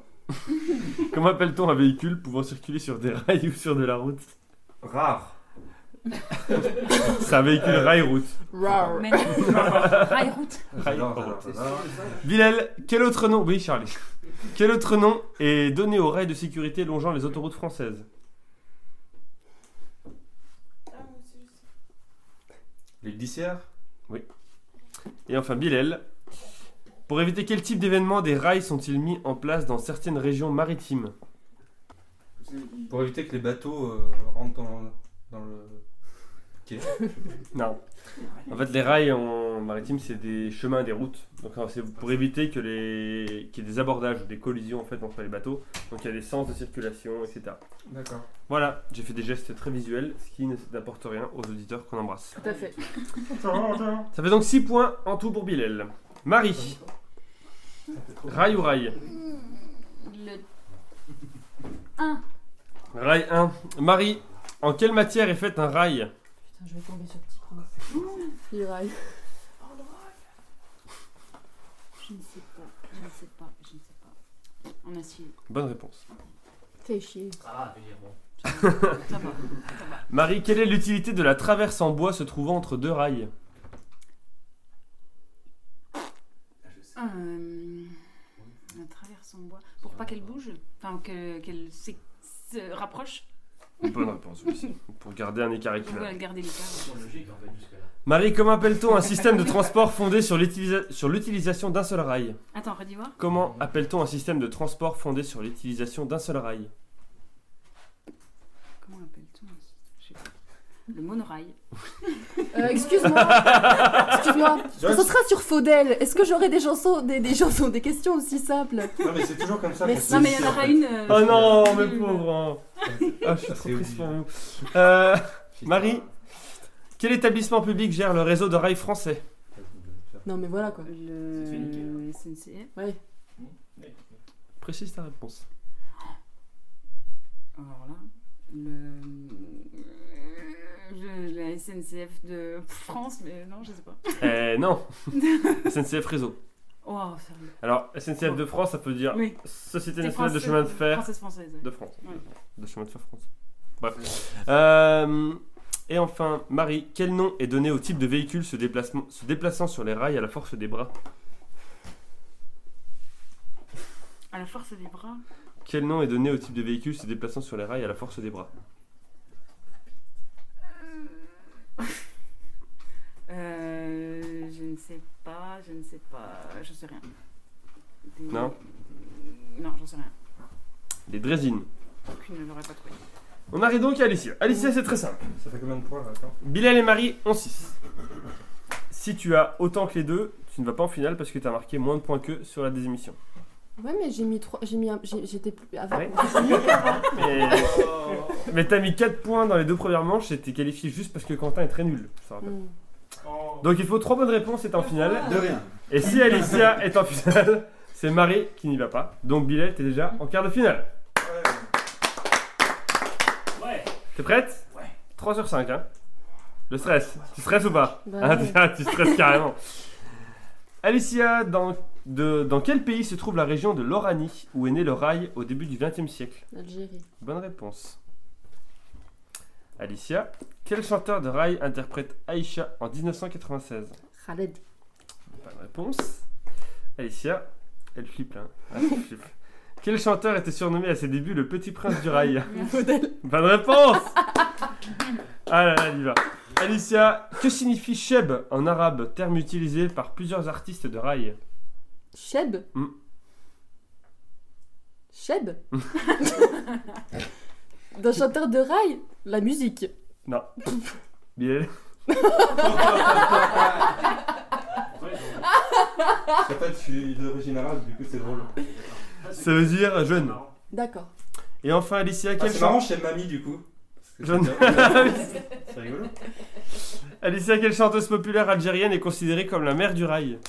Comment appelle-t-on un véhicule pouvant circuler sur des rails ou sur de la route Rare. C'est un véhicule Euh, rail-route. Rar. Mais rail route. J'adore, Rail j'adore, j'adore. Bilal, quel autre nom Oui, Charlie. Quel autre nom est donné aux rails de sécurité longeant les autoroutes françaises Les glissières Et enfin, Bilal, pour éviter quel type d'événement des rails sont-ils mis en place dans certaines régions maritimes Pour éviter que les bateaux euh, rentrent dans, dans le. Non. En fait, les rails en maritime, c'est des chemins, des routes. Donc, alors, c'est pour éviter que les... qu'il y ait des abordages ou des collisions en fait entre les bateaux. Donc, il y a des sens de circulation, etc. D'accord. Voilà, j'ai fait des gestes très visuels, ce qui n'apporte rien aux auditeurs qu'on embrasse. Tout à fait. Ça fait donc 6 points en tout pour Bilal. Marie. Rail ou rail Le Rail 1. Marie, en quelle matière est fait un rail Putain, je vais tomber sur Petit Prince. Il raille. Je ne sais pas, je ne sais pas, je ne sais pas. On a su. Bonne réponse. Fais chier. Ça va, je veux dire, bon. Ça va. Marie, quelle est l'utilité de la traverse en bois se trouvant entre deux rails Ah, je sais. Euh, la traverse en bois. Pour pas qu'elle bouge, enfin que- qu'elle s'é- se rapproche. Bonne réponse, oui. Pour garder un écart Pour équilibré. euh, garder l'écart. C'est logique, en fait, jusque-là. Marie, comment appelle-t-on un système de transport fondé sur l'utilisa- sur l'utilisation d'un seul rail Attends, redis voir. Comment appelle-t-on un système de transport fondé sur l'utilisation d'un seul rail Comment appelle-t-on ça Je sais pas. Le monorail. Euh, excuse-moi. excuse-moi. Ça sera sur Faudel. Est-ce que j'aurai des chansons, des, des chansons, des questions aussi simples Non, mais c'est toujours comme ça. Mais qu'on se Non, mais dit, il y en en aura fait. une. euh, Oh non, mais pauvre hein. Ah, je suis trop C'est triste obligé. pour vous. Euh, Marie Quel établissement public gère le réseau de rails français Non, mais voilà quoi. Le C'est fait niquer. le SNCF. Ouais. Précise ta réponse. Alors là. Le. je- la SNCF de France, mais non, je sais pas. Eh non SNCF Réseau. Oh, sérieux. Alors, SNCF de France, ça peut dire Oui. Société C'est nationale de français- chemin de fer Française, française. ouais. de France. Ouais. De chemin de fer France. Bref. Euh, et enfin, Marie, quel nom est donné au type de véhicule se, déplacement, se déplaçant sur les rails à la force des bras À la force des bras. Quel nom est donné au type de véhicule se déplaçant sur les rails à la force des bras Euh, je ne sais pas, je ne sais pas, je sais rien. Des- Non. Non, j'en sais rien. Les drésines. Aucune ne l'aurait pas trouvé. On arrive donc à Alicia. Alicia, c'est très simple. Ça fait combien de points là attends Bilal et Marie ont 6. Si tu as autant que les deux, tu ne vas pas en finale parce que tu as marqué moins de points qu'eux sur la désémission. Ouais, mais j'ai mis trois. J'ai mis un. j'ai- J'étais plus. Avant. Ouais. Mais, mais t'as mis 4 points dans les deux premières manches et t'es qualifié juste parce que Quentin est très nul. je te rappelle. Hmm. Oh. Donc il faut 3 bonnes réponses et t'es en finale. De rien. Et si Alicia est en finale, c'est Marie qui n'y va pas. Donc Bilal, t'es déjà en quart de finale. Ouais. T'es prête Ouais. 3 sur 5, hein. Le stress. Tu stresses ou pas Bah, Ah, ouais. tu stresses carrément. Alicia, dans, de- dans quel pays se trouve la région de l'Oranie, où est né le rail au début du XXe siècle Algérie. Bonne réponse. Alicia, quel chanteur de rail interprète Aïcha en 1996 Khaled. Bonne réponse. Alicia, elle flippe là. hein. Ah, elle flippe. Quel chanteur était surnommé à ses débuts le petit prince du rail Bonne réponse Ah là là, elle y va. Alicia, que signifie Sheb en arabe, terme utilisé par plusieurs artistes de rail Cheb Hmm. Cheb D'un chanteur de rail La musique. Bilal Je sais pas, je suis d'origine arabe, du coup c'est drôle. Ça veut dire jeune. D'accord. Et enfin, Alicia, Ah, quel c'est chanteur marrant chez Mamie du coup. Parce que Jaune. c'est- C'est rigolo. Alicia, quelle chanteuse populaire algérienne est considérée comme la mère du rail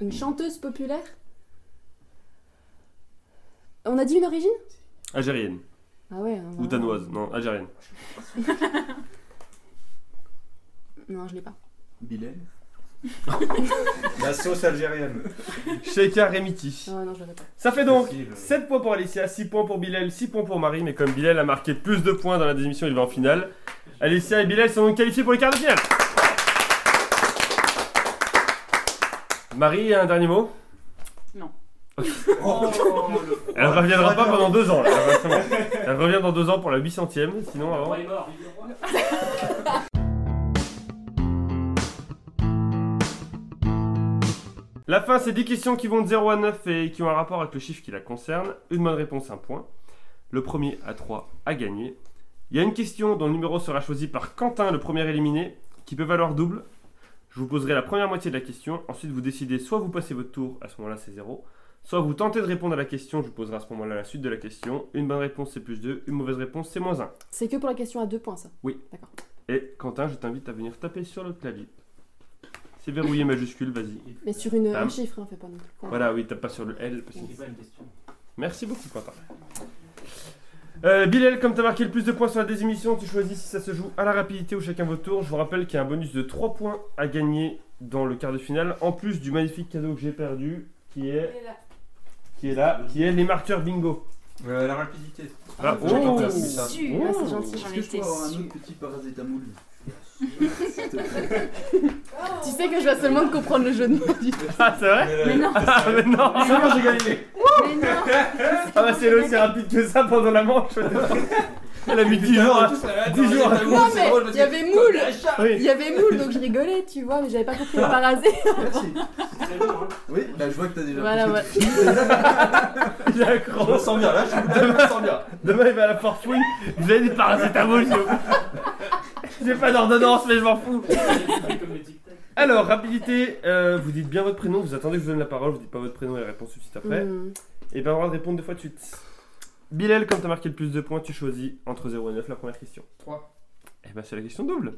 Une chanteuse populaire On a dit une origine Algérienne. Ah ouais. Ou danoise. Non, algérienne. Non, je l'ai pas. Bilal. La sauce algérienne. Sheikha Remiti. Ah non, je l'avais pas. Ça fait donc Facile. 7 points pour Alicia, 6 points pour Bilal, 6 points pour Marie. Mais comme Bilal a marqué plus de points dans la démission, il va en finale. Alicia et Bilal sont donc qualifiés pour les quarts de finale. Marie, un dernier mot Oh, Elle reviendra pas pendant 2 ans. là, vraiment. Elle revient dans 2 ans pour la 800ème. Sinon, Le avant. roi est mort. La fin, c'est 10 questions qui vont de 0 à 9 et qui ont un rapport avec le chiffre qui la concerne. Une bonne réponse, un point. Le premier à 3 a gagné. Il y a une question dont le numéro sera choisi par Quentin, le premier éliminé, qui peut valoir double. Je vous poserai la première moitié de la question. Ensuite, vous décidez soit vous passez votre tour, à ce moment-là c'est 0, soit vous tentez de répondre à la question. Je vous poserai à ce moment-là la suite de la question. Une bonne réponse, c'est plus 2. Une mauvaise réponse, c'est moins 1. C'est que pour la question à deux points, ça. Et Quentin, je t'invite à venir taper sur le clavier. C'est verrouillé majuscule, vas-y. Mais sur une, Bam. un chiffre, hein, fais pas non plus. Voilà, oui, tape pas sur le L. Parce que... C'était pas une question. Merci beaucoup, Quentin. Euh, Bilal, comme tu as marqué le plus de points sur la désémission, tu choisis si ça se joue à la rapidité ou chacun votre tour. Je vous rappelle qu'il y a un bonus de 3 points à gagner dans le quart de finale, en plus du magnifique cadeau que j'ai perdu, qui est, qui est là, qui est les marqueurs bingo. Euh, la rapidité. Ah, J'ai oh. compris, c'est ça. Su, bah, Oh. ah, c'est gentil, j'en hein. Est-ce que je peux étais avoir un sûre. autre petit paracétamol S'il te plaît. Tu sais que je vais seulement de comprendre le jeu de mots. Ah, c'est vrai Mais non. Ah, mais non Ah, Ça va, j'ai gagné. Mais non bah c'est le aussi rapide que ça pendant la manche Elle a mis 10 jours à- 10 jours à- Non, mais il y avait moule Il Oui. y avait moule, donc je rigolais, tu vois, mais j'avais pas compris le parasé. Merci. C'est bon, hein. Oui, là je vois que t'as déjà Voilà, poussé tout de Il a Je me accroché. sens bien là, je je me sens bien. Demain, il va à la farfouille. Vous avez des paracétamol, je- J'ai pas d'ordonnance, mais je m'en fous. Comme le tic-tac. Alors, rapidité, euh, vous dites bien votre prénom, vous attendez que je vous donne la parole, vous dites pas votre prénom et la réponse tout de suite après. Hmm. Et ben, on va répondre deux fois de suite. Bilal, comme t'as marqué le plus de points, tu choisis entre 0 et 9 la première question. 3. Et ben, c'est la question double.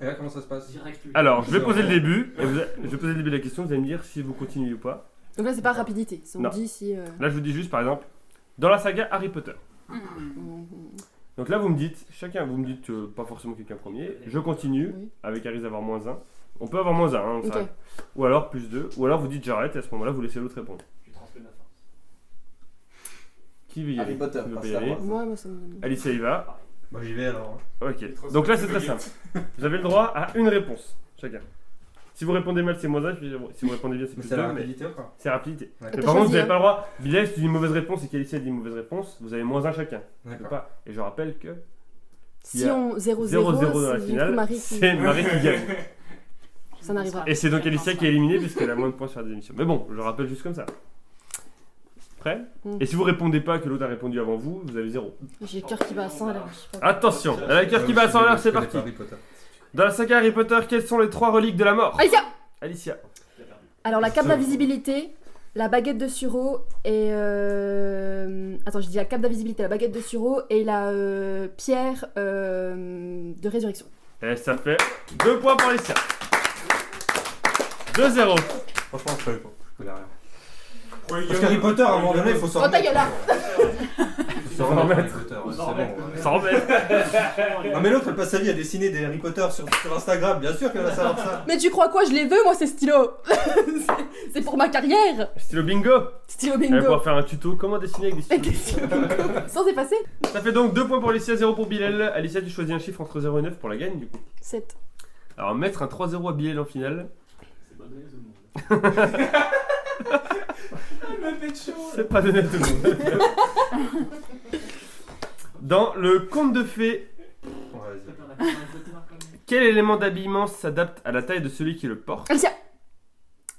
Et là, comment ça se passe Direct lui. Alors, je vais poser le début, et vous a- je vais poser le début de la question, vous allez me dire si vous continuez ou pas. Donc là, c'est pas rapidité, c'est on Non. dit si. euh, Là, je vous dis juste, par exemple, dans la saga Harry Potter. Hmm. Mhm. Donc là, vous me dites, chacun, vous me dites euh, pas forcément quelqu'un premier. Je continue Oui. avec Aris d'avoir moins 1. On peut avoir moins 1, hein, ça Ok. arrive. Ou alors plus 2. Ou alors vous dites j'arrête et à ce moment-là, vous laissez l'autre répondre. Je transmets ma force. Qui veut y aller Harry Potter, Qui veut parce pas y que la aller voix. Moi, moi, ça me. Alice y va. Bah, j'y vais alors. Ok. Donc là, c'est très simple. Vous avez le droit à une réponse, chacun. Si vous répondez mal, c'est moins 1. Si vous répondez bien, c'est Mais plus c'est la 2. Mais rapidité ou pas c'est rapidité. Ouais. Mais T'as par contre, choisi, vous n'avez hein. pas le droit. Bilal, si tu dis une mauvaise réponse et qu'Alice a dit une mauvaise réponse, vous avez moins 1 chacun. Je peux D'accord. pas. Et je rappelle que Il y Si a on 0-0, 0-0 dans la c'est du coup finale, Marie qui. c'est Marie qui gagne. Ça n'arrivera Et c'est donc Alicia qui est éliminée puisqu'elle a moins de points sur la démission. Mais bon, je le rappelle juste comme ça. Prêt Mm. Et si vous répondez pas que l'autre a répondu avant vous, vous avez zéro. J'ai le cœur qui bat à 100 à l'heure. je Ah. sais pas. Attention, elle a le cœur qui Ouais, bat à je 100 à l'heure, connais c'est pas parti. Harry Potter. Dans la saga Harry Potter, quelles sont les trois reliques de la mort Alicia Alicia. Alors, la cape Ça. d'invisibilité, la baguette de Suro et. euh, Attends, j'ai dit la cape d'invisibilité, la baguette de Suro et la euh, pierre euh, de résurrection. Et ça fait 2 points pour Alicia. 2-0. Franchement, je savais pas. Je connais rien. Parce Parce qu'Harry Potter, à un moment donné, il faut s'en Oh ta remettre. gueule là Il S'en faut s'en remettre. remettre. Harry Potter, ouais, S'en c'est bon, ouais. Ça embête. Non, mais l'autre, elle passe sa vie à dessiner des Harry Potter sur, sur Instagram. Bien sûr qu'elle va savoir ça. Mais tu crois quoi Je les veux moi ces stylos C'est- C'est pour ma carrière Stylo bingo. Stylo Elle va bingo pouvoir faire un tuto comment dessiner avec des stylos. Sans effacer ça fait donc 2 points pour Alicia, 0 pour Bilal. Alicia, tu choisis un chiffre entre 0 et 9 pour la gagne du coup. 7. Alors mettre un 3-0 à Bilal en finale, C'est bonne news au monde. C'est pas donné à tout le monde. Dans le conte de fées, Bon, vas-y. Attends, la caméra, elle peut te voir quand même. quel élément d'habillement s'adapte à la taille de celui qui le porte Alicia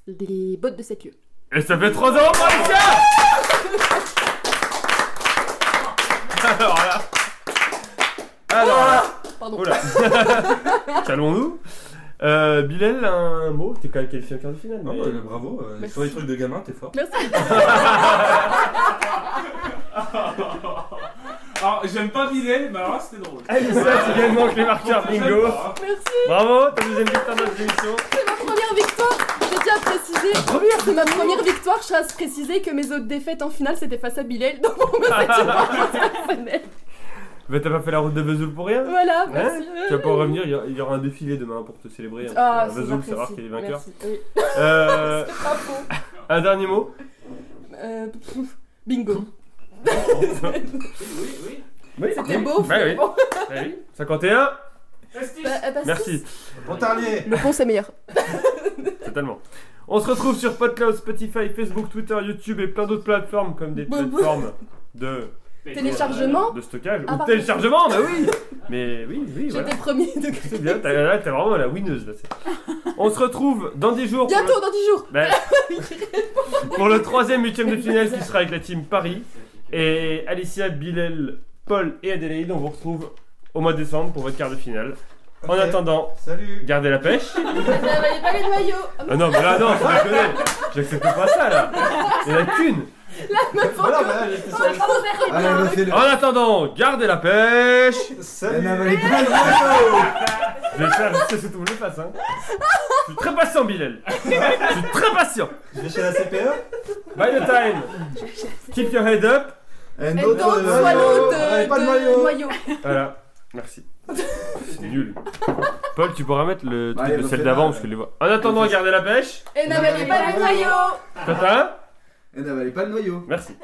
Les bottes de 7 lieux. Et ça fait 3 euros pour Alicia Alors là. Alors là. Pardon. Oula. Calmons-nous. Euh, Bilal, un mot T'es quand même qualifié en quart de finale. Ah, Non, mais- bah, bravo, euh, Merci. sur les trucs de gamin, t'es fort. Alors, j'aime pas Bilal, mais alors là, c'était drôle. Alicia, tu gagnes donc les marqueurs Pourtant, j'aime bingo. pas, hein. Merci, Bravo, ta deuxième victoire de notre émission. c'est ma première victoire J'ai déjà précisé C'est ma première victoire, je tiens à se préciser que mes autres défaites en finale c'était face à Bilal, donc on me Ah, fait une réponse personnelle. Mais t'as pas fait la route de Vesoul pour rien Voilà, Hein merci. Tu vas pouvoir revenir, il y a- il y aura un défilé demain pour te célébrer. hein, Ah, parce que c'est Vesoul, savoir qui est apprécié. vainqueur. Merci. Oui. Euh, C'est pas faux. un dernier mot Euh, pff, Bingo. Oui, oui. Oui, C'était beau. Bah oui. finalement. bah oui. 51, Bah, euh, bah, merci, Bon tarnier Le pont c'est meilleur. totalement. On se retrouve sur Podcloud, Spotify, Facebook, Twitter, YouTube et plein d'autres plateformes comme des Bon, bon. plateformes de, euh, Téléchargement, de stockage Ah, ou pardon. téléchargement, bah oui Mais oui, oui, voilà. j'étais premier degré. C'est bien, t'as là, t'es vraiment la winneuse là. c'est- On se retrouve dans 10 jours. pour le- Bientôt dans 10 jours. Bah, pour le troisième huitième de finale qui sera avec la team Paris. Et Alicia, Bilal, Paul et Adélaïde, on vous retrouve au mois de décembre pour votre quart de finale. En Ok, attendant, Salut gardez la pêche. N'avalez pas les noyaux. Ah non, mais là, non, faut déconner. J'accepte pas ça là. Il y en a qu'une. Voilà, bah, là, Oh, j'étais sur- Allez, refais-le. En attendant, gardez la pêche. Elle Salut m'avait pas le Je vais faire, je sais tout le face. Hein. Je suis très patient, Bilal. Je suis très patient. Je vais chez la E. CPE By the time. Keep your head up. Et Et donc, d'autres, euh, soit l'autre euh, de, pas de de noyau. noyau. Voilà, merci. C'est nul. Paul, tu pourras mettre le Bah, truc il de va celle faire d'avant mal. parce que les voix. En attendant, gardez la pêche. Et n'avalez pas les noyaux. Tata, Eh Et n'avalez pas ben, le noyau. merci.